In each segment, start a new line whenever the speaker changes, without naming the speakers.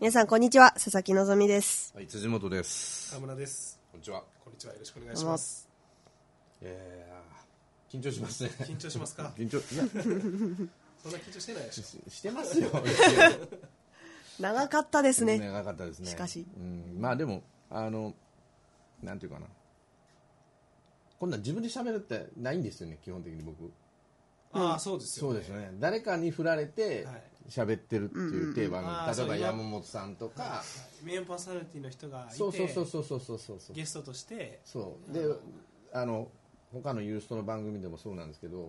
皆さん、こんにちは。佐々木のぞみです。
はい、辻元です。
田
こ
村です。
んにちは。
こんにちは。よろしくお願いします。
えー、緊張しますね。
緊張しますか
緊張、いや、
そんな緊張してないでしょ。
ししてます よ。
長かったですね。
長かったですね。
しかし
うん、まあでも、あの、なんていうかな。こんなん自分で喋るってないんですよね、基本的に僕。
ああ、そうです
そ
よ、
うですね。誰かに振られて
はい
喋ってるっていう定番、
あー
例え
そう
ば
今
山本さんとか、
メインパーソナリティの人がいて、
そうそうそうそうそうそうそうそう。
ゲストとして、
そうで、あの他のユーストの番組でもそうなんですけど、
は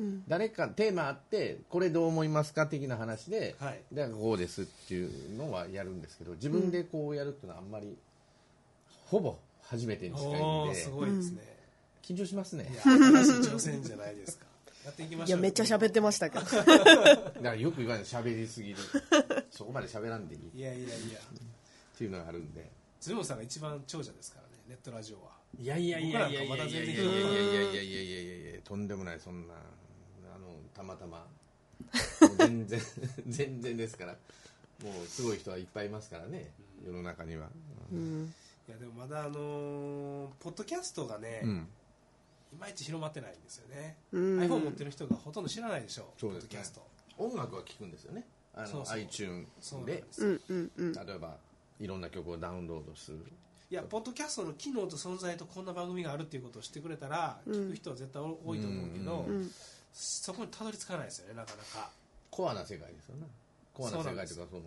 い
誰かテーマあってこれどう思いますか的な話で、
はい
でこうですっていうのはやるんですけど自分でこうやるっていうのはあんまり、ほぼ初めてに近いんで
おお、すごいですね。
緊張しますね
いや、新しい挑戦じゃな いですか。やっていきま
い
しょ
や、
う。
めっちゃ喋ってましたけど。
だからよく言われる喋りすぎるそこまで喋らんでいいっ
いやいやいや。
ていうのがあるんで
ズボンさんが一番長者ですからね、ネットラジオは。
いやいやいやいやいやいやいやいやいやいやいやいやいやとんでもないそんなあのたまたま全然全然ですからもうすごい人はいっぱいいますからね世の中には、
いや、でもまだあのーポッドキャストがね、
うん、
いまいち広まってないんですよね。
うん
iPhone 持ってる人がほとんど知らないでしょ、
そう
ポッ
です
ド
ね
キャスト。
音楽は聴くんですよねあの
そうそう
iTune
そうなん
で
です
うんうんうん。
例えばいろんな曲をダウンロードする
いや、ポッドキャストの機能と存在とこんな番組があるっていうことを知ってくれたら、聞く人は絶対多いと思うけど、
ん
そこにたどり着かないですよね、なかなか。
コアな世界ですよねコアな世
そ
界
う
と
な
いう
んで
か
す
その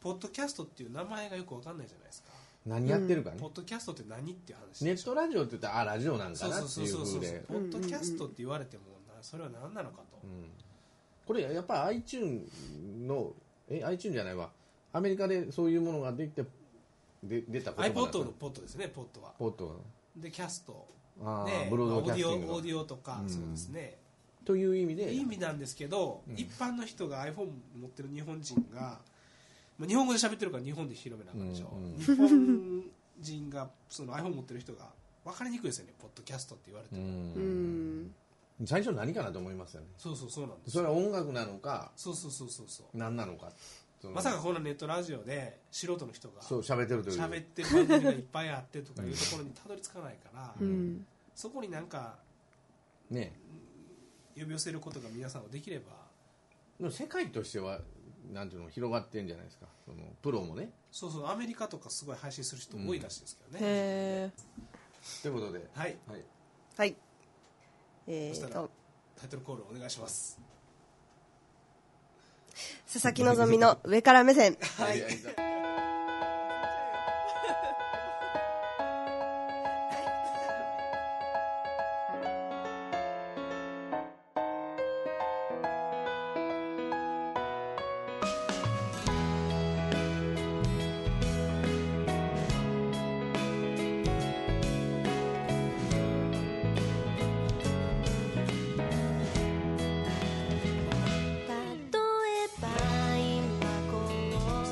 ポッドキャストっていう名前がよくわかんないじゃないですか。
何やってるかね、
ポッドキャストって何っていう話
ネ
で
ッ
しょ。
トラジオって言ったらあラジオなんか
そう
な
そう
って
そう
いう
そう
ふ
そうう。
で
ポッドキャストって言われてもな、それは何なのかと。
これやっぱ iTune のえ iTune じゃないわアメリカでそういうものができてで出た言葉だった
iPod のポッドですね、ポッドは。
ポッド
で、キャスト。
ああ、
で、
ブロードキ
まあ
ャ
オー
ステ
ディオ
ィングが
オーディオとか、
うん
そうですね。
という意味で
いい意味なんですけど、一般の人が iPhone 持ってる日本人が、まあ、日本語で喋ってるから日本で広めなあかんでしょ、
うんうん
日本人がその iPhone 持ってる人が分かりにくいですよねポッドキャストって言われて
う
も、
うんん。
最初何かなと思いますよね
そうそうそうなんです
それは音楽なのか
そうそうそうそうそ
何なのかそうの
まさかこのネットラジオで素人の人が
そう喋ってるという
喋ってる番組がいっぱいあってとかいうところにたどり着かないから、
うん。
そこになんか
ね
呼び寄せることが皆さんはできれば
でも世界としてはなんていうの広がってんじゃないですかそのプロもね
そうそうアメリカとかすごい配信する人多いらしいですけどね、
へー
ということで
はい
はい
はい。え
そ
ー
したら
と、
タイトルコールお願いします
佐々木のぞみの上から目線。
はい
例えば今こ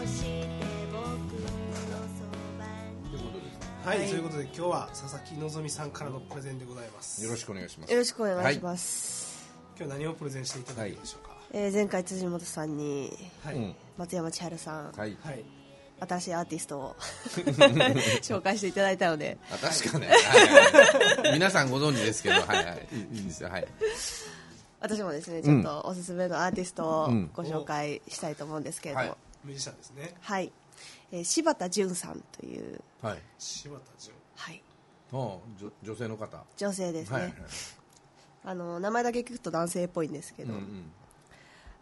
うして僕のそばに
ということで
はい、
はい
ということで今日は佐々木希さんからのプレゼンでございます
よろしくお願いします
よろしくお願いします。
今日何をプレゼンしていただけるでしょうか
えー前回、辻元さんに、
はい、
う
はい
ん
松山千春さん、
はい
はい
私アーティストを紹介していただいたので、
あ確かね、はいはい皆さんご存知ですけど、はいはい、いいいいですよ、はい、
私もですね、ちょっとおすすめのアーティストを
うん
ご紹介したいと思うんですけれども、
は
はいい、
ミュージシャンですね
えー柴田純さんという、
はい、
柴田純
はい、
お女女性の方、
女性ですね、
はい、はい
あの名前だけ聞くと男性っぽいんですけ
うん
ど、
うん、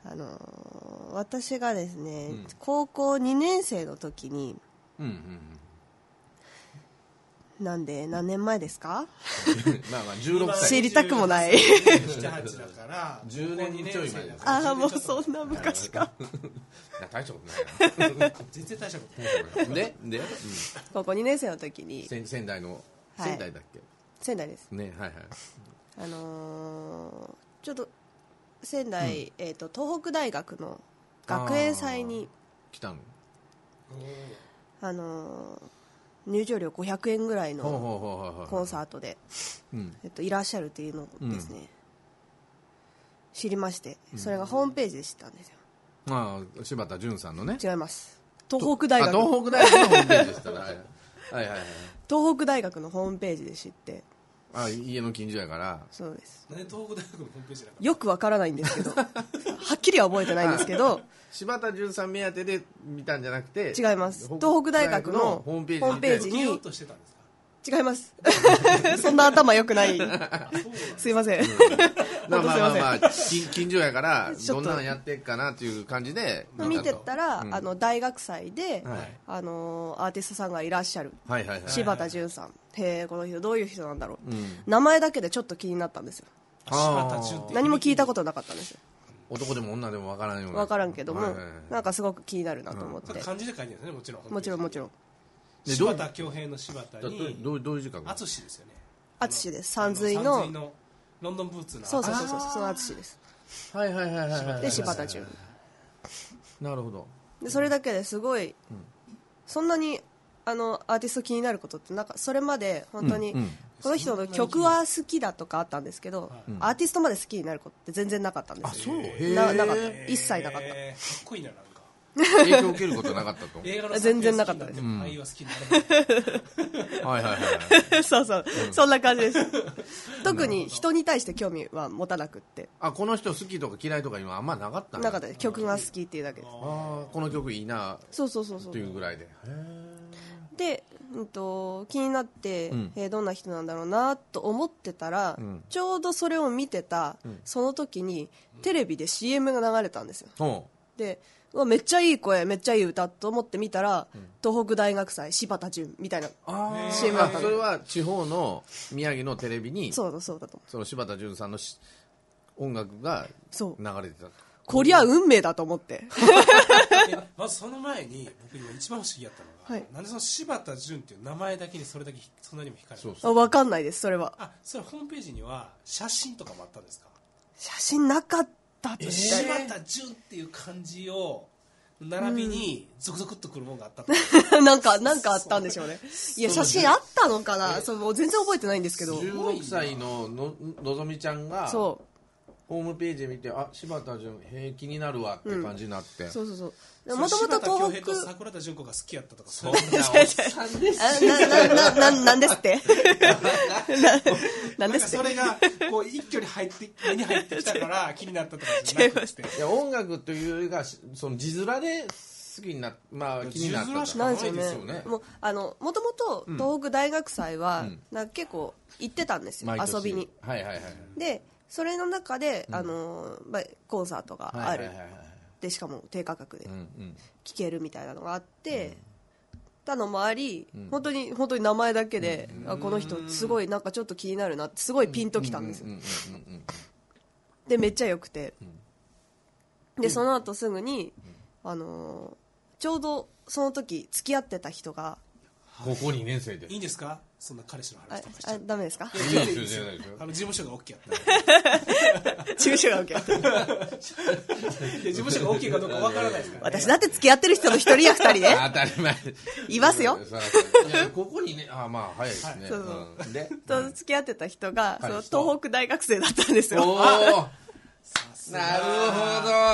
あのー私がですね、
うん
高校2年生の時に
うんうん
なんで何年前ですか
うん、 まあまあ十六
知
歳、
りたくもない
78だから
10年ちょい前です
ここ
ああ
2
も
年
う
生だから
そんな昔か
いや大したことないな
全然大したことな
大
い
したことない、でで、うん、
高校2年生の時に
仙仙台の
はい
仙台だっけ、
仙台です
ね、はいはい、
あのーちょっと仙台、えー、と東北大学の学園祭に
来たの、
あ、のー入場料500円ぐらい
ほうほう
の
ほうほう
コ
ほ
ンサートで、
う、うん、
えっといらっしゃるっていうのをですね、知りましてそれがホームページで知ったんですよ
まあ柴田純さんのね、
違います東北大
あ
学
東北大学のホームページでしたねはいはいはいはい
東北大学のホームページで知って
あ家の近所やから
そうです
なんで東北大学のホームページなんか
よくわからないんですけど はっきりは覚えてないんですけど
柴田純さん目当てで見たんじゃなくて
違います東北大学の
ホームページ
ホームページ
受けようとしてたんですか
違います そんな頭良くない
あそうなんです
すいません
ま
本当
あますあ
いま
ま
せん
あまあ近近所やから
ちょ
ど
っと
んなのやってっかなっていう感じで
見てたら、
うん
あの大学祭で、
はい
あのアーティストさんがいらっしゃる
はいはいはい
柴田純さん、へえこの人どういう人なんだろう、
うん
名前だけでちょっと気になったんですよ
柴田純って
何も聞いたことなかったんですよ
男でも女でもわからんような
分からんけども、
はいはいは
なんかすごく気になるなと思っ
なん
て、
か漢字で書いてるんですねもちろん
もちろんもち
ん
ろん
でどう
柴田恭平の柴田
いだ
に
どうどういう時間
淳ですよね
淳です
あ
三髄の
三ロンドンブーツの
そうそうそうそう
あー
その淳です
はいはいはいはいはい
で柴田純
なるほど
でそれだけですごい、そんなにあのアーティスト気になることってなんかそれまで本当に、
うんうん
この人の曲は好きだとかあったんですけど、アーティストまで好きになることって全然なかったんですよ
うへ
な
え
なかっ
え
た一切なかっ
えーかっこいいななんか
影響受けることなかったと
映画の
全然なかったです
撮影好きになっても俳優は好きになる
はいはいはい
た そうそう、そんな感じ です特に人に対して興味は持たなくって
あこの人好きとか嫌いとかいうのはあんまなかった
なかった
あ
です曲が好きっていうだけです
あこの曲いいな
そうそうそうそう
というぐらいでへ
で、うん、と気になって、
ん
えーどんな人なんだろうなと思ってたら、
ん
ちょうどそれを見てた、その時にテレビで CM が流れたんですよ
えうん
でうわめっちゃいい声めっちゃいい歌と思って見たら、東北大学祭柴田純みたいな
あー
CM だったの
それは地方の宮城のテレビに
そうだそうだと思う
その柴田純さんのし音楽が
そう
流れてた
こりゃ運命だと思って
いやまずその前に僕今一番不思議やったのが、
はい
なんでその柴田純っていう名前だけにそれだけひそんなにも惹かれる
そうそう
分かんないですそれは
あそれホームページには写真とかもあったんですか、
写真なかったとしたら、
柴田純っていう漢字を並びにゾクゾクっとくるものがあった と、
なんかなんかあったんでしょうねいや写真あったのかなそうもう全然覚えてないんですけど
16歳のののぞみちゃんがホ
そう
ームページ見てあ柴田純へえ気になるわって感じになって、
そうそうそう
そ
も
の
ともと
柴田恭
東
平
北
と桜田純子が好きやったとか
そ
そ
ん
う
なお
いう
っさんです
あな、な、な、な、なんです って。な、なん
な
で
んか
す
そ
って。
れがこう一挙に入って目に入ってきた から気になったとかじゃなくて
いや音楽というよりがしその字面で好きになっまあ気になった
字面しか
なん
な
でしょう
ですよ
ね
ね。
もう、あの、もともと東北大学祭は
ん、
なんか結構行ってたんですよ
毎、年
遊びに。
はいはいはい
で、それの中で、あの、まあコンサートが
は
あ
いはい
る
はい。はい
で、しかも低価格で
うんうん
聴けるみたいなのがあって、たのもあり、本当に、本当に名前だけで、あこの人、すごい、なんかちょっと気になるなって、すごいピンときたんですよ
うんうんうんうん
でめっちゃ良くて、でその後すぐに、あのーちょうどその時付き合ってた人が
高校2年生で
いいんですかそんな彼氏の
あ
話とかしちゃ
あ
って
ダメですか
いいですよいいですよ
あの事務所が OK やったら
中所が OK
いや事務所が OK かどうかわからないですから、ね、
私だって付き合ってる人の一人や二人ね
当たり前
いますよ
そうそういやここにねあまあ早いですね
そうそう
うんで
と付き合ってた人が、
はい
その東北大学生だったん ですよ
おおなる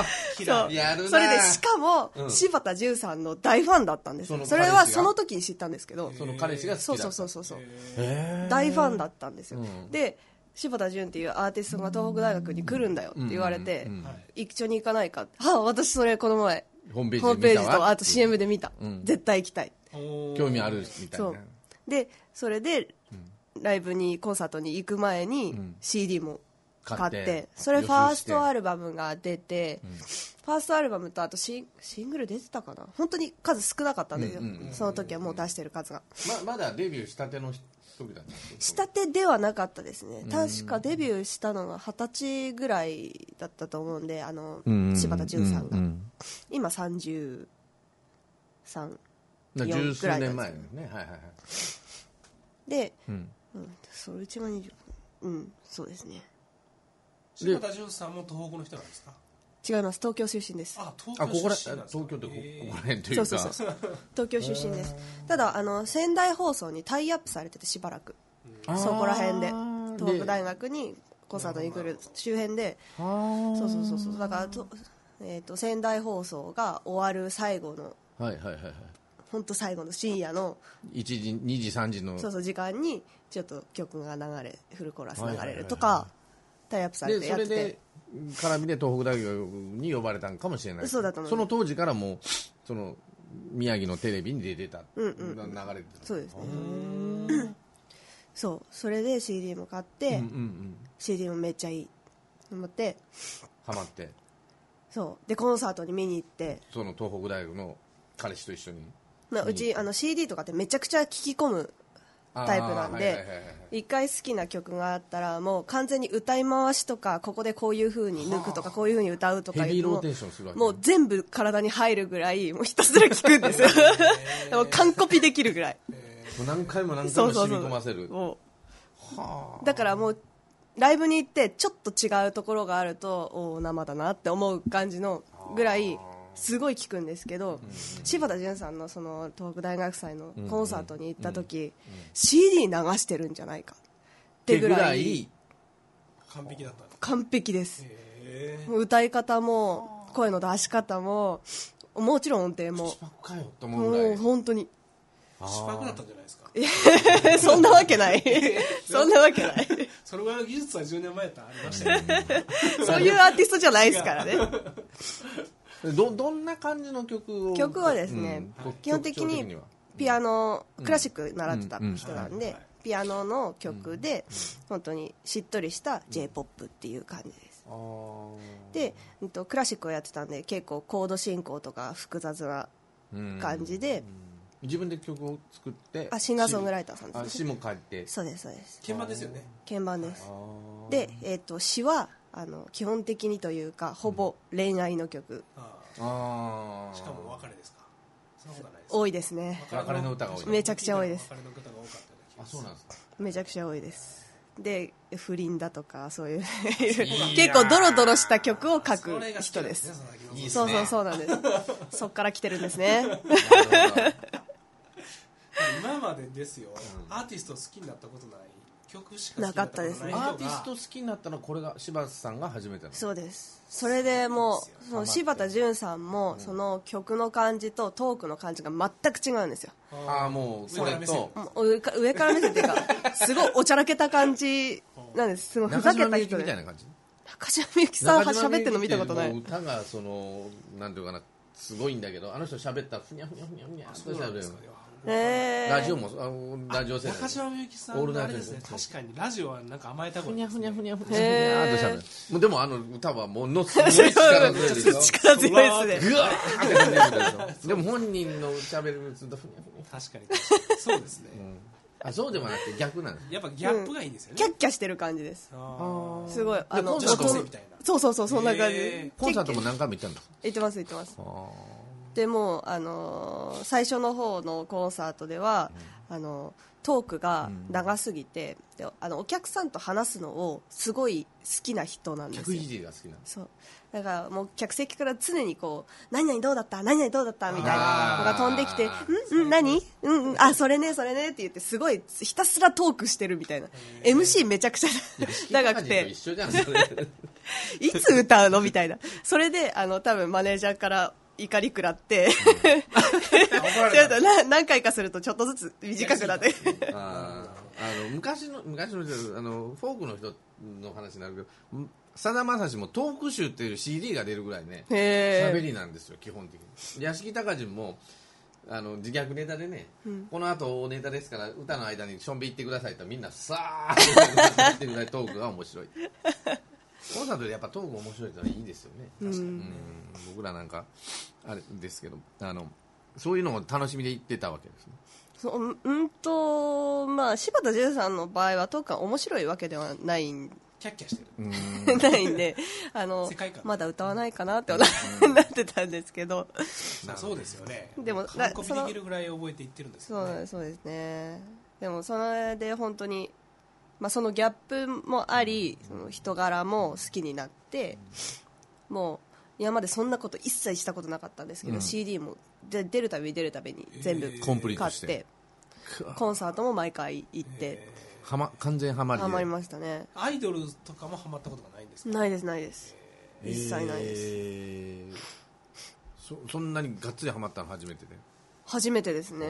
ほ
そ
ど
う
やるな
それでしかも、
うん
柴田純さんの大ファンだったんです
その
それ
彼氏が
はその時に知ったんですけど
その彼氏が好き
そう
だ
そうそうそうそう
へー
大ファンだったんですよ、
うん
で柴田純っていうアーティストが東北大学に来るんだよって言われて、
うんうんうん
はい
一緒に行かないかってあ私それこの前
ホームページ
ホームページ
見た
と
わ
あと CM で見た、
うん
絶対行きたい
おー
興味あるみたい
そ
な
うでそれでライブにコンサートに行く前に
ん
CD も買って,、
買って
それ
予習
フ
して
ァーストアルバムが出て、ファーストアルバムとあとシンシングル出てたかな本当に数少なかったんですよ、
うんうんうん
その時はもう出してる数が
ままだデビューしたての時だったんですよ
したてではなかったですね確かデビューしたのが二十歳ぐらいだったと思うんであの柴田純さんが今33
だから十
四くら
数
いなん
年
で
前
す
のねはいはいはい
で、
うん
うん、それうちが20うんそうですね
柴田純さんも東北の人なんですか
違います東京出身です
あ東
あここ
京
ら
出身なんで
東
すか
京ってここ
へー
こら辺という
そ
か
うそうそうそう東京出身ですただあの仙台放送にタイアップされててしばらく
あー
そこら辺で東北大
で
学にコンサートに来る周辺で
あー
そうそうそうそうだからと、えー、と仙台放送が終わる最後の
はいはいはいはい
本当最後の深夜の
1時2時3時の
そうそう時間にちょっと曲が流れフルコーラス流れると
はいはいはい
かタイアップされ
で
て
そ
やっ
れ
て
で
て
絡みで東北大学に呼ばれたんかもしれない
そうだと思う
の当時からもうその宮城のテレビに出てた、
うんうん
流れてた
そうですねそうそれで CD も買って、
うんうんうん
CD もめっちゃいいと思って
ハマって
そうでコンサートに見に行って、
その東北大学の彼氏と一緒に
まあ、うちあの CD とかってめちゃくちゃ聴き込むタイプなん
あーはいはい
で
はいはい
一回好きな曲があったらもう完全に歌い回しとかここでこういう風に抜くとかこういう風に歌うとか
ヘビー
もう
ローテーションするわけね
もう全部体に入るぐらいもうひたすら聞くんですよで も完コピできるぐらい
もう何回も何回
そ
も
うそ
染
うそう
み込ませる
もうだからもうライブに行ってちょっと違うところがあるとおお生だなって思う感じのぐらいすごい聞くんですけど柴田純さんのその東北大学祭のコンサートに行った時 CD 流してるんじゃないかってぐらい
完璧だったんです
完璧です
へ
もう歌い方も声の出し方ももちろん音程も
スパッかよと思うぐら
もう
い
本当に
え失敗だったんじゃないですか
そんなわけないそんなわけない
それぐらいの技術は10年前やったらありましたよね
そういうアーティストじゃないですからね
どどんな感じの曲を
曲はですね
うん
基本的
曲調
にピアノクラシック習ってた人なん
うん
でピアノの曲で本当にしっとりした j p o p っていう感じです
あー
でうんとクラシックをやってたんで結構コード進行とか複雑な
うん
感じで
自分で曲を作って
あシンガーソングライターさん
あ
です
詞
ね
も書いて
そうですそうです
鍵盤ですよね
鍵盤です
あー
で、えー、と詩はあの基本的にというかほぼ恋愛の曲、
ああ
あー
しかもお別れですかそんなことないです
多いですね
別れの歌が多い
めちゃくちゃ多いです
お別れの歌が多かったような気が
あ
し
そう
ます
なんですか
めちゃくちゃ多いですで不倫だとかそういう
ー
結構ドロドロした曲を書く
それが好き
人
なん
で
ね
す
佐々木朗
いい
希
っす
さ
そ
ん
う
ね
そうそうなんです そっから来てるんですね
今までですよアーティスト好きになったことない曲しか好きになことない人が
アーティスト好きになったのはこれが柴田さんが初めてなの
そうですそれでもうその柴田純さんもその曲の感じとトークの感じが全く違うんですよ
ああもうそれと
もう上か上から目線 っていうかすごいおちゃらけた感じなんですすごいふ
中
ざけ
島
た
みゆき
人
みた
で
いな感じ
中島みゆきさんは
中島み
喋っ
ゆき
てるの見たことな
もう
い
歌がそのなんていうかなすごいんだけどあの人喋ったらふにゃふにゃふにゃふにゃ
そうなんですか
ふにゃ
えー
ラジオもあラジオ世代
中島みゆきさんのあれですね確かにラジオはなんか甘えたことないですね
ふにゃふに
にゃへー
あとしゃべるもうでもあの歌はものすごい力強いですよ
力強いですね
ぐわーって感じるんだけどでも本人のしゃべるずっとふにゃふにゃ
確かにそうですね
あそうでもなくて逆なんです
やっぱギャップがいいんですよ
キャ
ね
ッキャしてる感じです
あ
すごいあの
コンサートも
音
みたいな
そうそうそうそんな感じ
へー
コンサート
キャッキャ
も何回も行ったんです
行ってます行ってます
あ
でもうあのー最初の方のコンサートでは、あのートークが長すぎて、であのお客さんと話すのをすごい好きな人なん
ー
です
客い
よ
じりが好きなんです
そうだからもう客席から常にこう何々どうだった何々どうだったみたいなのが飛んできて
あ
うんうん何うんうんあそれねそれねって言ってすごいひたすらトークしてるみたいな MC めちゃくちゃ長くて
一緒じゃんそれ
いつ歌うのみたいな。それで、あの、多分マネージャーから怒り食らって、 ちょっとな何回かするとちょっとずつ短くなって。
あーあの昔の昔の人あのフォークの人の話になるけどんさだまさしもトーク集っていう CD が出るぐらいね
へー
喋りなんですよ基本的に屋敷隆人もあの自虐ネタでね、この後ネタですから歌の間にしょんべい行ってくださいってみんなさあっていうぐらいトークが面白いコンサートでやっぱトーク面白いってのはいいですよね確かに、うん僕らなんかあれですけどあのそういうのも楽しみで行ってたわけですね
そううんと、まあ、柴田純さんの場合は、トークは面白いわけではないん、
キャッキャしてる
ないんで、あの
世界観、
まだ歌わないかなってな なってたんですけど、
そうですよね
でも
完コ
そ
ピ
の
できるぐらい覚えていってるんです
そ
よ
う
ね
そうですねでもそれで本当に、まあ、そのギャップもありその人柄も好きになってもう今までそんなこと一切したことなかったんですけど、
うん
CD もで出るたびに出るたびに全部
えー
コンプリー
買
ト
っ
して
てコンサートも毎回行って
はま完全ハマりで
ハマりましたね
アイドルとかもハマったことがないんですか
ないですないです一切ないです、
えーそそんなにがっつりハマったの初めてで
初めてですね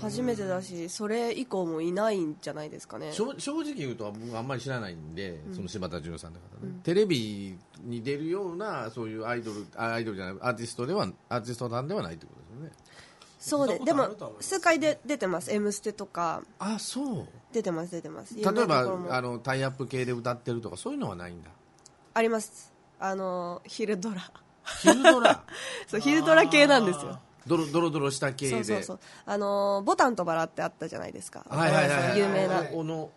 初めてだしそれ以降もいないんじゃないですかね
正正直言うと僕あんまり知らないんで、その柴田純さんの方ね、テレビに出るようなそういうアイドルあアイドルじゃないアーティストではアーティストさんではないってことですよね
そうで
そん
で
なことあ
も
るとは思います
数回で出てます「M ステ」とか
あそう
出てます出てます
例え
有名なところも
ばあのタイアップ系で歌ってるとかそういうのはないん だ
ありますあの昼ドラ
昼ドラ
そう昼ドラ系なんですよ
ドロドロドロした系で
そうそうそうあのボタンとバラってあったじゃないですか
はいはいはい、はい、
有名な
おの、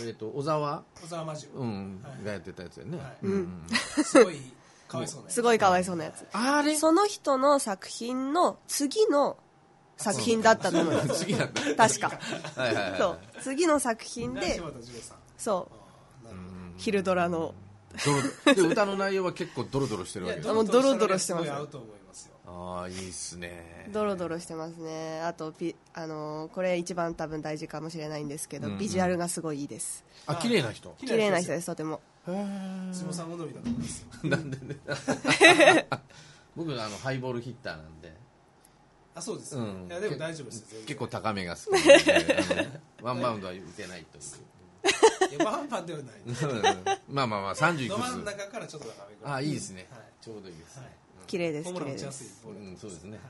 えー、と小沢、
小沢魔女
うんがやってたやつだよね、
はい
うん
すごいかわいそうね
すごいかわいそうなやつ
あれ
その人の作品の次の作品だったと思います
次なんだ
確か
はいはいはい
そう次の作品
で
で
柴田純さん
そう
あなる
昼ドラの
ドロで歌の内容は結構ドロドロしてる
ほ
わ
ど
け
い
で
や
す
もうドロドロしてます
ごい合うと思いますよ
ああいいっすね
ドロドロしてますねあとピ、あのーこれ一番多分大事かもしれないんですけど、
うんうん
ビジュアルがすごいいいです
あ綺麗な人
綺麗な人ですとても
す下さん好みだと思いますよ
なんでね 僕あのハイボールヒッターなんで
あそうです、
うん
いやでも大丈夫ですよ全然
結構高めが好きなんであのワンバウンドは打てないと
いやバンバンではな
い
い
う まあまあまあ30いく
ど真ん
つ
中からちょっと高めぐらい
あいいですね、
はい
ちょうどいいです、
はい
綺麗です
ホ
綺
ームラ
麗
ン打ち
で
や
す
すいボール
うん、そうですね。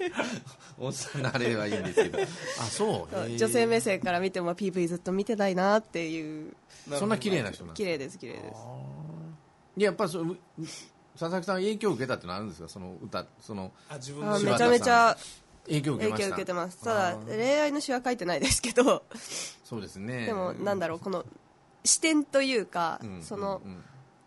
おっさんのあれはいいんですけど。あ、そう。
そう
へー
女性目線から見ても PV ずっと見てたいなっていう
そんな綺麗な人なん
綺
で
麗です綺麗です
す。やっぱりそうう佐々木さん影響を受けたってのはあるんですか。その歌、その
あ自分
あ
の
ー
柴
め
田
ち
さ
ゃ
ん
めちゃ
影響を受
影
けまし
響
た。
受けてますただ
あー
恋愛の詩は書いてないですけど
そうですね。
でもなんだろうこの視点というか、
うん
その、
うんうん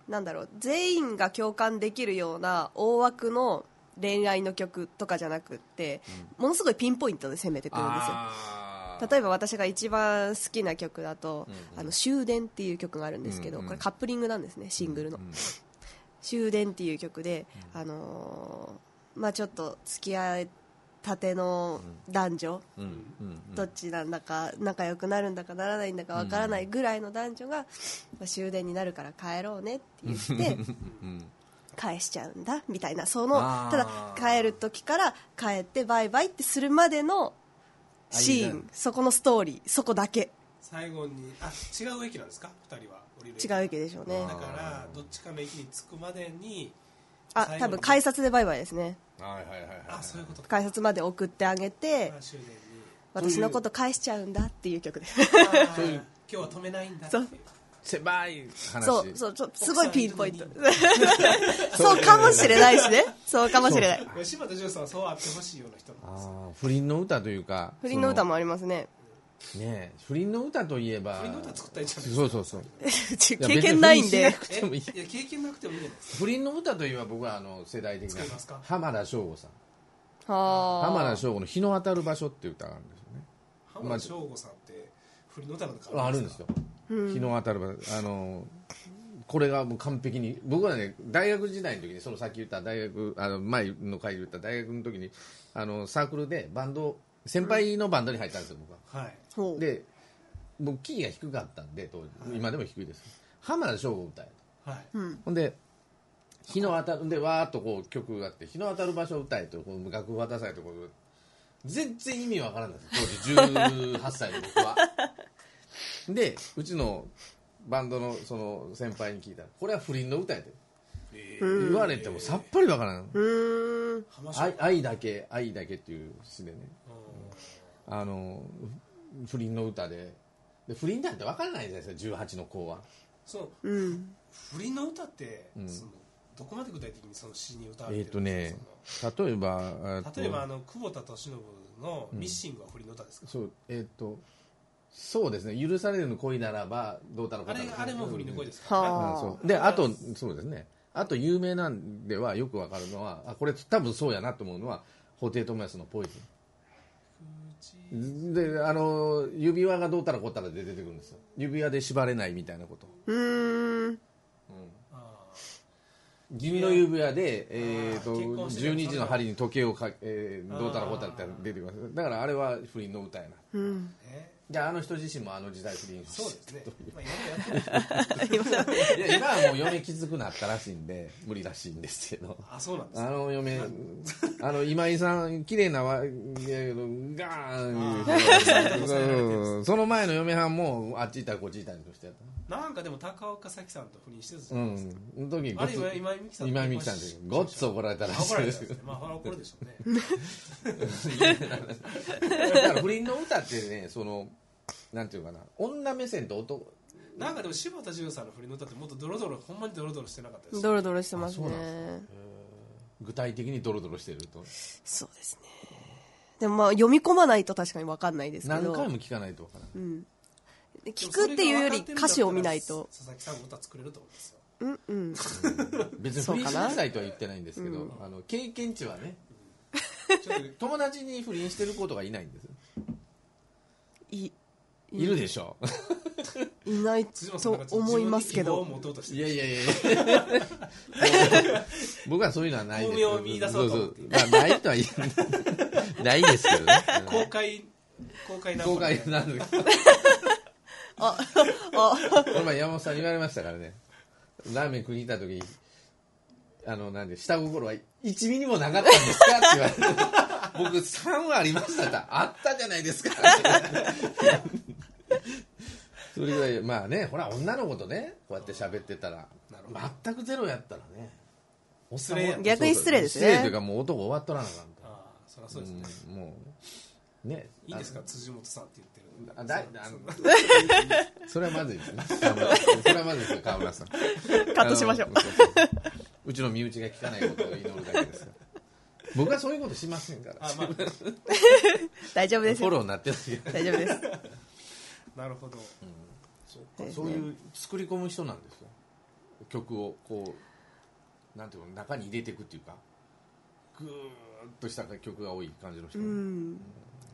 なんだろう全員が共感できるような大枠の恋愛の曲とかじゃなくって、ものすごいピンポイントで攻めてくるんですよ
あー
例えば私が一番好きな曲だと「
うん
あの終電」っていう曲があるんですけど、
うんうん
これカップリングなんですねシングルの「
うん
終電」っていう曲で、あのーまあ、ちょっと付き合いたての男女、
うんうんうん
どっちなんだか仲良くなるんだかならないんだかわからないぐらいの男女が、まあ終電になるから帰ろうねって言って。
うん
返しちゃうんだみたいなその
あー
ただ帰る時から帰ってバイバイってするまでのシー
間
ンそこのストーリーそこだけ
最後にあ違う駅なんですか二人は降りる
違
だ
うわけでしょうね
あ
からどっちかの駅に着くまでに
あ
最
多
後に
分改札でバイバイですね
はいはいはいはい。
あそういうことか
改札まで送ってあげて
あ終電に
私のこと返しちゃうんだっていう曲です
あー今日は止めないんだって
そ
いうう
狭い話。
そうそうちょすごいピンポイント
奥
そうかもしれないしねそうかもしれない
いや柴田純さんはそうあってほしいような人なんですよ
あー不倫の歌というか。
不倫の歌
も。
もありますね
ねえ不倫の歌といえば。
不倫の歌作ったらいいじゃないですか
そうそうそう。
うち
や
経験ないんで
別に
え
でもいい
いや経験なくてもいいじゃないですか
不倫の歌といえば僕はあの世代的な
作りますか
浜田省吾さん浜
は
田省吾の「日の当たる場所」っていう歌があるんですよね
浜田省吾さんって不倫の歌なんか
あるんですよ日の当たる場所あのこれがもう完璧に僕はね大学時代の時にそのさっき言った大学あの前の回で言った大学の時にあのサークルでバンド先輩のバンドに入ったんですよ僕は
はい
ほう
で僕キーが低かったんで当時今でも低いです浜田省吾を歌えた
はい
ほんで日の当たるでわーっとこう曲があって日の当たる場所を歌えとこう楽譜渡されとこう全然意味わからないです当時18歳の僕は でうちのバンドのその先輩に聞いたらこれは不倫の歌やで言われてもさっぱりわからん、
うーん
浜省
愛愛だけ愛だけっていう詩でねあの不倫の歌でで不倫なんてわからないじゃないですか18の子は
その
うん
不倫の歌って、そのどこまで具体的にその詩に歌わ
え
れて
っ、
る
と
んです
ね
か
例えばえー
そ
と
の例えばあの久保田利伸の「ミッシング」は不倫の歌ですか、
そうえーっ、とそうですね許されるの恋ならばどうたらこ
あ
うた
れ
ら
あれも不倫の声ですか、
はあ
うんそうであとそうですねあと有名なんではよくわかるのはあこれ多分そうやなと思うのは布袋寅泰のポイズンであの指輪がどうたらこうたらで出てくるんですよ指輪で縛れないみたいなこと
うーん
あー
銀の指輪で、えー、と
あー結婚してる
12時の針に時計をか、えーどうたらこうたらって出てきますだからあれは不倫の歌やな
うん
ね
じゃああの人自身もあの時代不倫
そうですね、まあ、今もやってる
いや今はもう嫁きつくなったらしいんで無理らしいんですけど
あそうなんです
あ
ね
の嫁あの今井さん綺麗なわいやけどガーン
あー
言うてその前の嫁はんもあっち行ったりこっち行ったりとしてやっ
なんかでも高岡早紀さんと不倫してる
たうんその時ご
あれ
つ
今今井美樹さん
今井美樹さんでごっつ怒られたら
あ
し
怒
いで
られたん
す
ですねまあそれは怒るでしょうね
だから不倫の歌ってねそのなんていうかな女目線と男
なんかでも柴田純さんの不倫の歌ってもっとドロドロほんまにドロドロしてなかったです
ドロドロしてます
あそう
ね
なん具体的にドロドロしてると
そうですねでもまあ読み込まないと確かに分かんないですけど
何回も聞かないとわからない
うん、で聞くっていうより歌詞を見ないと
佐々木さんも歌作れると思うんですよ
うんうん
別に不
そう
倫
か
し
な
なさいとは言ってないんですけど、あの経験値はね
ちょっと
友達に不倫してる子とかいないんです
い
いるでしょ
いない
辻本さんなん
と
かちょっと
思いますけ
自分
ど
に希望を持とうとして
い
る
やいやいや 僕はそういうのはないです
巧妙を見出そうと思って
そうそうまあないと は言え ないですけどね
公開公開な
公開なんですけど
ああ
この前山本さんに言われましたからねラーメン食いに行った時あのなんで下心は1ミリもなかったんですかって言われて 僕3はありましたってあったじゃないですかそれぐらいまあねほら女の子とねこうやって喋ってたら
なるほど
全くゼロやったらねおっさん
失礼
逆に失礼ですね
失礼というかもう男終わっとらなあかんと
ああそりゃそうですね、
うんもうね
いいですか辻本さんって言ってる
あ
の
だい
そんな
あの
そんな
それはまずいで すね河村それはまずいですよ川村さん
カットしましょう
あのそうそううちの身内が聞かないことを祈るだけですから僕はそういうことしませんから
あまあ
大丈夫
フ
です
ォ
よ
ローになってないけど
大丈夫です
なるほど
そうかそういう作り込む人なんですよ曲をこうなんていうの中に入れていくっていうかぐーっとした曲が多い感じの人、
うん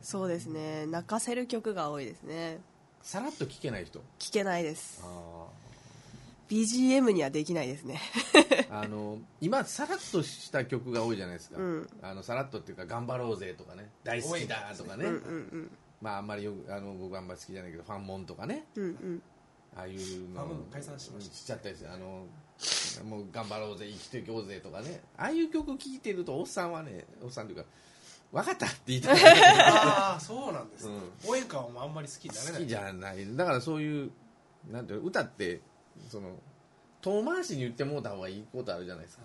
そうですね泣かせる曲が多いですね
さらっと聴けない人
聞けないです
あ
BGM にはできないですね
の今さらっとした曲が多いじゃないですか、
うん
あのさらっとっていうか「頑張ろうぜ」とかね「大好きだ」とかね
うんうん
まああんまりよくあの僕はあんまり好きじゃないけど「ファンモン」とかね
うんうんうん
ああいうの
あもう解散しました
ちゃったりしてあのもう頑張ろうぜ生きていこうぜとかねああいう曲聴いてるとおっさんはねおっさんというか分かったって言いたい
ああそうなんですね、応援歌はもうあんまり好きになれな
好
い
きじゃないだからそういうなんていうの歌ってその遠回しに言ってもうた方がいいことあるじゃないですか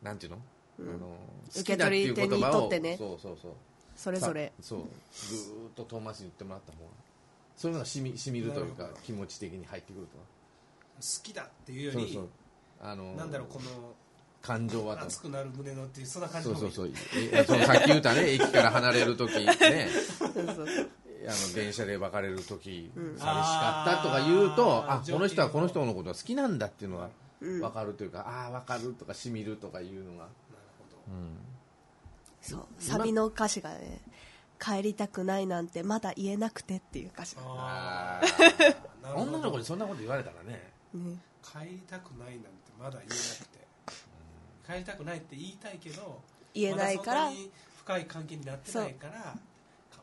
なんていうの,、あの
受け取り手にとってね
そうそうそう
それぞれ
さそうぐーっと遠回しに言ってもらった方がそういうのがしみしみるという
な
か
るほど
気持ち的に入ってくると
好きだっていうよ
そう
り
そうあの
なんだろうこの
感情はと
熱くなる胸のっていうそんな感じ
そ
の
うそ
方
う
が
そうえそのさっき言 ったね駅から離れる時ね
そうそうそう
あの電車で別れる時、寂し
あ
か
ー
ったとか言うとあ
情景
この人はこの人のことが好きなんだっていうのが分かるというか、ああ分かるとかしみるとかいうのが
なるほど
そうサビの歌詞がね帰りたくないなんてまだ言えなくてっていう歌詞が
あ
ああ
ー
なるほど
女の子にそんなこと言われたらね
ね
帰りたくないなんてまだ言えなくて帰りたくないって言いたいけど
言えないから
まだそんなに深い関係になってないから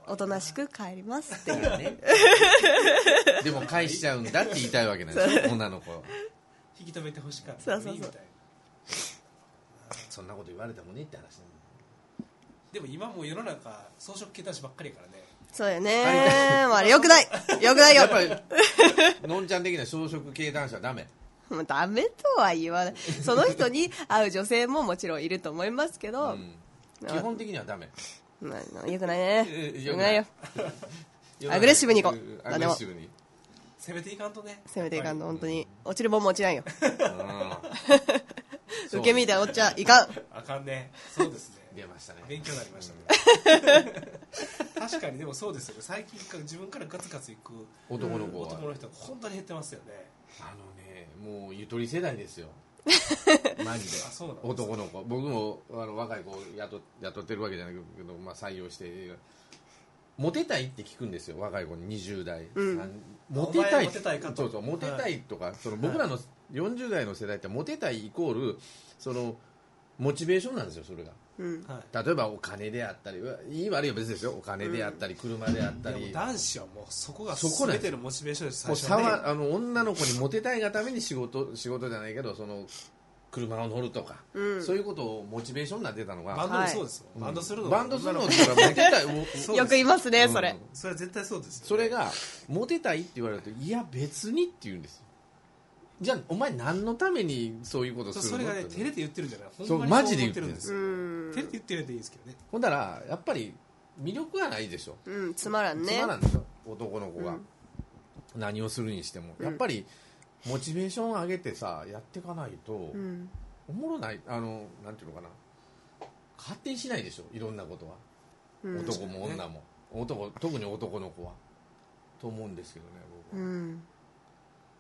おとなしく帰りますっていうね
でも返しちゃうんだって言いたいわけなんですよ女の子は
引き止めてほしかっ
そ
た
うそうそう
いいみたいな
そんなこと言われてもねって話
でも今もう世の中装飾系男子ばっかりやからね
そうよねまあよくないよくないよ
やっぱりのんちゃん的な草食系男子はダメ
もうダメとは言わないその人に会う女性ももちろんいると思いますけど、
うん基本的にはダメ
まあよくないね
えー
よく
よく
な
ないい
よアグレッシブに行こう
アグレッシブに
攻めていかんとね
攻めていかんの
やっ
本当に落ちるもんも落ちないよ
うん
受け身でおっちゃいかん
ぱりあかんねそうです ね
出ましたね
勉強になりましたね確かにでもそうですよね最近から自分からガツガツいく
男の子は
男の人が本当に減ってますよね
あのねもうゆとり世代ですよ マジで
あそうなの
男の子僕もあの若い子を雇雇ってるわけじゃないけど、まあ、採用してモテたいって聞くんですよ若い子に20代、
ん
あのモテた
お前
い
モテたいかと
そうそうモテたいとか、その僕らの40代の世代ってモテたいイコールそのモチベーションなんですよそれが
うん
はい
例えばお金であったりいい悪いは別ですよお金であったり車であった
いやもう
り、
男子はもうそこが
そこなん
全
です
てのモチベーションです
も
最
う
初
差
はね
はあの女の子にモテたいがために仕事仕事じゃないけどその車を乗るとか、
うん
そういうことをモチベーションになってたの
バン
が
ドもそうですよ、バンドするのも
バンドするのって言ったらモテ たい
そうです
よく言いますね、
うん
それ。
それは絶対そうですよ
それがモテたいって言われるといや別にって言うんですよじゃあお前何のためにそういうことするの
それがね
って
照れて言ってるんじゃないほん
そう
まに
マ
そう
ジで言っ
思っ
て
て
るん
るん
で
ですす
う
よ
ん
照れて。言ってるんでいいですけどね
ほんだらやっぱり魅力がないでしょ
うん、つまらん
つ
ね
ま。らんでしょ男の子が、
うん
何をするにしても
うん
やっぱりモチベーション上げてさやっていかないと、
うん。
おもろないあのなんていうのかな発展しないでしょいろんなことは、
うん
男も女も男特に男の子はと思うんですけどね僕
う
は、
ん。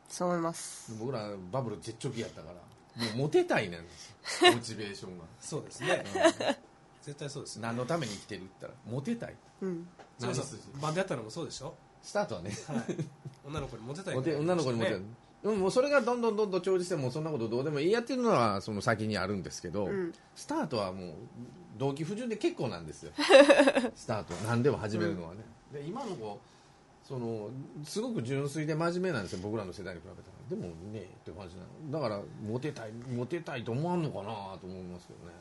そう思います。
僕らバブル絶頂期やったからもうモテたいなんですよモチベーションが
そうですね
うん
絶対そうですよ
何のために生きてるって言ったらモテたい
うん。
それこそ
何
バンドやったのもそうでしょ、
スタートはね
はい、女の子にモテたい
モテ女の子にモテる、
ね
うんもうそれがどんどんどんどん長寿してもうそんなことどうでもいいやっていうのはその先にあるんですけど、
うん
スタートはもう動機不順で結構なんですよスタートは何でも始めるのはね、で今の子そのすごく純粋で真面目なんですよ僕らの世代に比べたらでもねえって感じなのだからモテたいモテたいと思わんのかなと思いますけどね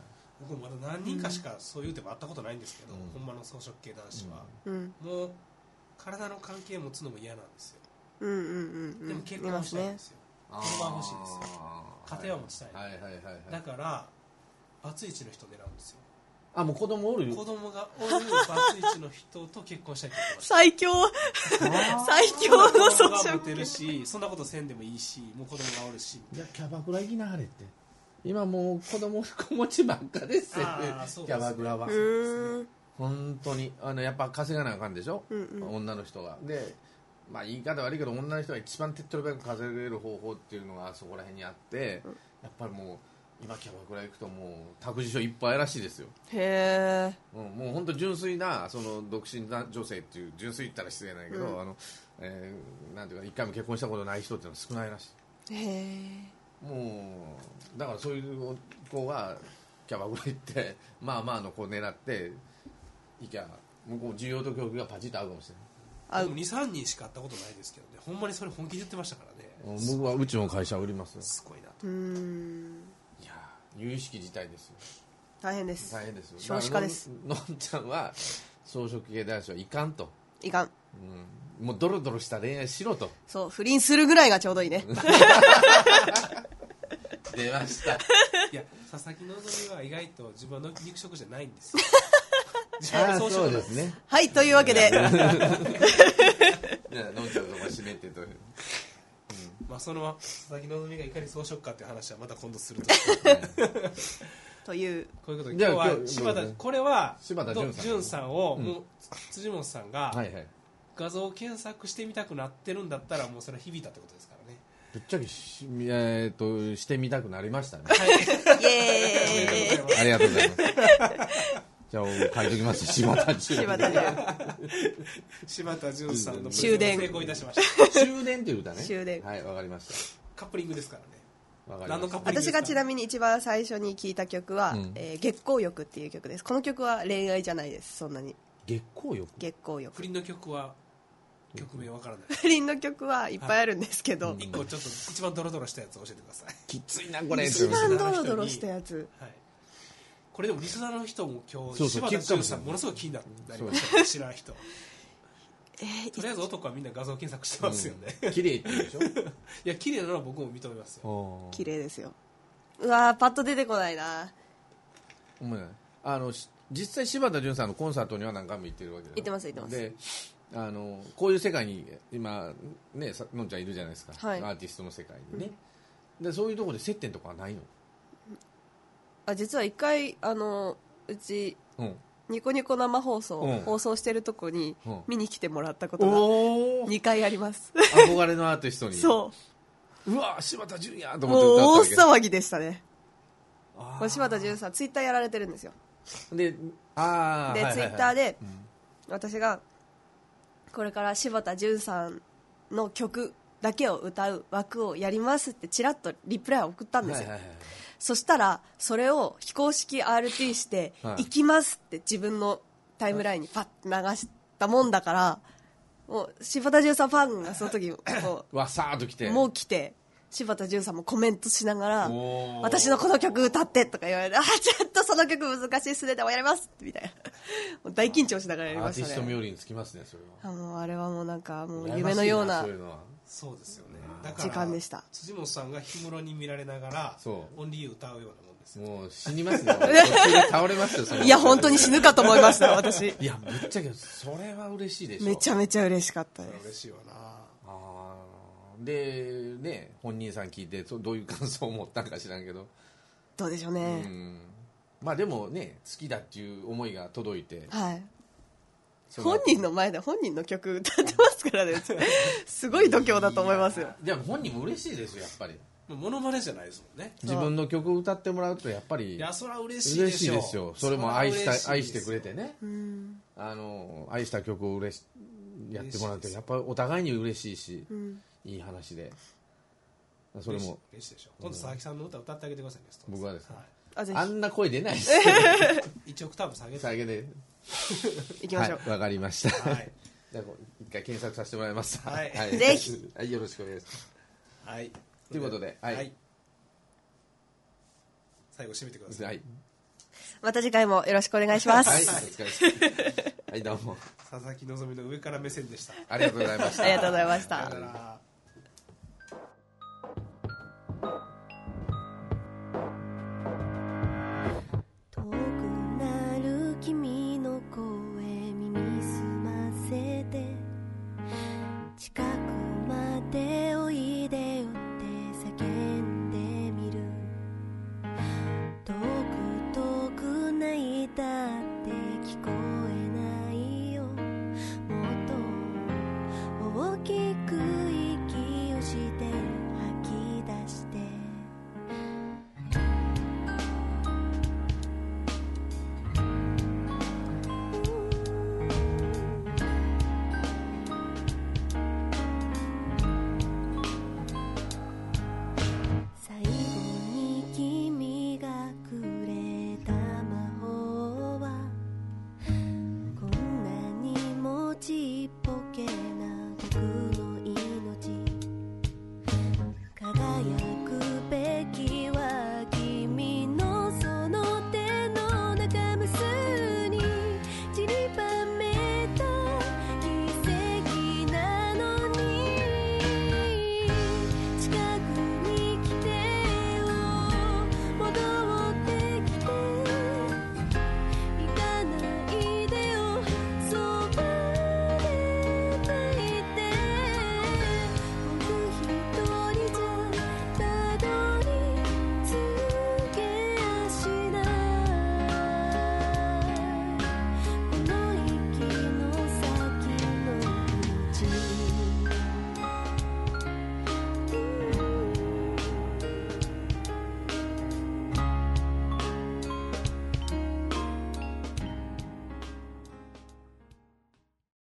僕まだ何人かしかそういう手も会ったことないんですけど、
うん
ほんまの草食系男子は、
うん。
もう体の関係持つのも嫌なんですよ
うんうんうんうん。
でも結婚はしたいんですよ、
あ
車は欲しいですよ
ー
家庭は持ちたい
はいはいはいはい
だからバツイチの人を狙うんですよ
あもう子供おる
子供がおるバツイチの人と結婚したいって言ってました
最強、最強の
子供
装
が
飾
モテるしそんなことせんでもいいしもう子供がおるし
いやキャバクラ行きなはれって今もう子供子持ちばっかですよね
あーそう
キ
ですね
ャバクラは
うーん。
本当にあのやっぱ稼がなあかんでしょ、
うんうん
女の人がでまあ言い方悪いけど女の人が一番手っ取り早く稼げる方法っていうのがそこら辺にあって、やっぱりもう今キャバクラ行くともう託児所いっぱいらしいですよ、
へえ。
うん、もう本当純粋なその独身な女性っていう純粋言ったら失礼ないけど、
うん
あのえーなんていうか一回も結婚したことない人っていうのは少ないらしい
へ
もうだからそういう子がキャバクラ行って まあまあの子を狙っていきゃ向こう需要と供給がパチッと合うかもしれ
あ
僕23人しか会ったことないですけどねほんまにそれ本気で言ってましたから
な
ね
い僕はうちの会社売りますよ
すごいな
うーん。
いやー由々しき事態ですよ
大変です。
大変ですよ
少子化です
だからのんのんちゃんは草食系男子はいかんと、
いかん。
うん、もうドロドロした恋愛しろと
そう、不倫するぐらいがちょうどいいね。
出ま した
いや佐々木希は意外と自分は肉食じゃないんですよ自分
あ
は
あ
草
そう
食なん
で
です
すね
はい、というわけで、
いやのんちゃんのとこ閉めてという
まあその佐々木希がいかに草食かっていう話はまた今度 すると
という。
こういうことで
じゃ
今
あ
日は
今日
柴田
どうぞ
これは
柴田純さん
どさんを
うん
もう辻本さんが
はいはい
画像検索してみたくなってるんだったらもうそれは響いたってことですからね
ぶっちゃけし、えー、としてみたくなりましたね
イエーイ
ありがとうござい ます。じゃあ、書いときます。柴田中。
柴田流。
柴田純さんの
終電
成功いたしました
終電という歌ね。
終電
はい、わかりまし
カップリングですからね
た。わかりました。
何のカップリ ング
私がちなみに一番最初に聞いた曲は「
うん
えー月光浴」っていう曲ですこの曲は恋愛じゃないですそんなに
月光浴。
月光浴
不倫の曲は曲名わからない
不倫の曲はいっぱいあるんですけど、
うん
一個ちょっと一番ドロドロしたやつ教えてください
きついな、これ。
一番ドロ
ド
ドロ
ロ
したやつ
はい、これでもリスナーの人も
そう
今日
そう
柴田純さ
聞くかもしれ
ん
ない
ものすごい気になりましたね知らん人
えー
とりあえず男はみんな画像検索してますよね、い
綺麗って言うでし
や綺麗なのは僕も認めますよ
ょ。
綺麗ですようわーパッと出てこないな
お前あのし実際柴田純さんのコンサートには何回も行ってるわけだよ
行ってます行ってます
であのこういう世界に今ねさのんちゃんいるじゃないですか、
はい
アーティストの世界にね、でそういうところで接点とかはないの
あ実は一回あのうち
うん
ニコニコ生放送、
うん
放送してるとこに
うん
見に来てもらったこと
お
が
お
2回あります、
憧れのアーティストに
そう
わ柴田純やと
う
思って
もう
歌
大
ったわ
騒ぎでしたね
あー
これ柴田純さんツイッターやられてるんですよ
けでああ
で、ツイッターで、
ん
私がこれから柴田純さんの曲だけを歌う枠をやりますってちらっとリプライを送ったんですよ、そしたらそれを非公式 RT して「
はい
行きます」って自分のタイムラインにパッて流したもんだからもう柴田純さんファンがその時こ
わさーっと来て
うもう来て柴田純さんもコメントしながら
おー
「私のこの曲歌って」とか言われて「あちょっとその曲難しいっすねでもやります」み たいなもう大緊張しながらやり
ア
ま
ーティ
し
ス
た
ト
ね
冥利につきますねそれは
あもうあれはもうなんかもう
羨ましい
夢のような
そういうのは
そうですよね
時間でした
辻本さんが氷室に見られながら
そう
オンリーを歌うようなもんですよ
もう死にますね途中で倒れますよそれはい
や本当に死ぬかと思いました私
いやぶっちゃけそれは嬉しいでしょ
めちゃめちゃ嬉しかったで
嬉
す
しいわな
あーでね本人さん聞いてそどういう感想を持ったんか知らんけど、
どうでしょう
う
ね、
ん、まあでもね好きだっていう思いが届いて
はい
そ
本人の前で本人の曲歌ってますからねすごい度胸だと思いますよ
いやでも本人も嬉しいですよやっぱり
ものまねじゃないですもんね
自分の曲を歌ってもらうとやっぱり
いやそりゃ嬉しいで
嬉し
し
い
ょ
ですよそれも愛した
そりゃ
愛
嬉
し
いで
て
す
くれてね
うん
あの愛した曲を嬉しやってもらうとやっぱりお互いに嬉しいし、
うん
いい話でそれも
嬉しいでしょ今度佐々木さんの歌歌ってあげてくださいね
僕はですね
あぜ
あんな声出ないです
い一オクターブ下げ て
下げで
ひ行きま
は
し
い
ょう、
わかりました、
はい
じゃあこう一回検索させてもらいます。
はい
ぜひ。
はい、よろしくお願いします。
はい
ということではい
最後締めてください
はい。
また次回もよろしくお願いします、
はい、お疲れ様ですはい、どうも。
佐々木希の上から目線でした
ありがとうございました。
ありがとうございました
だから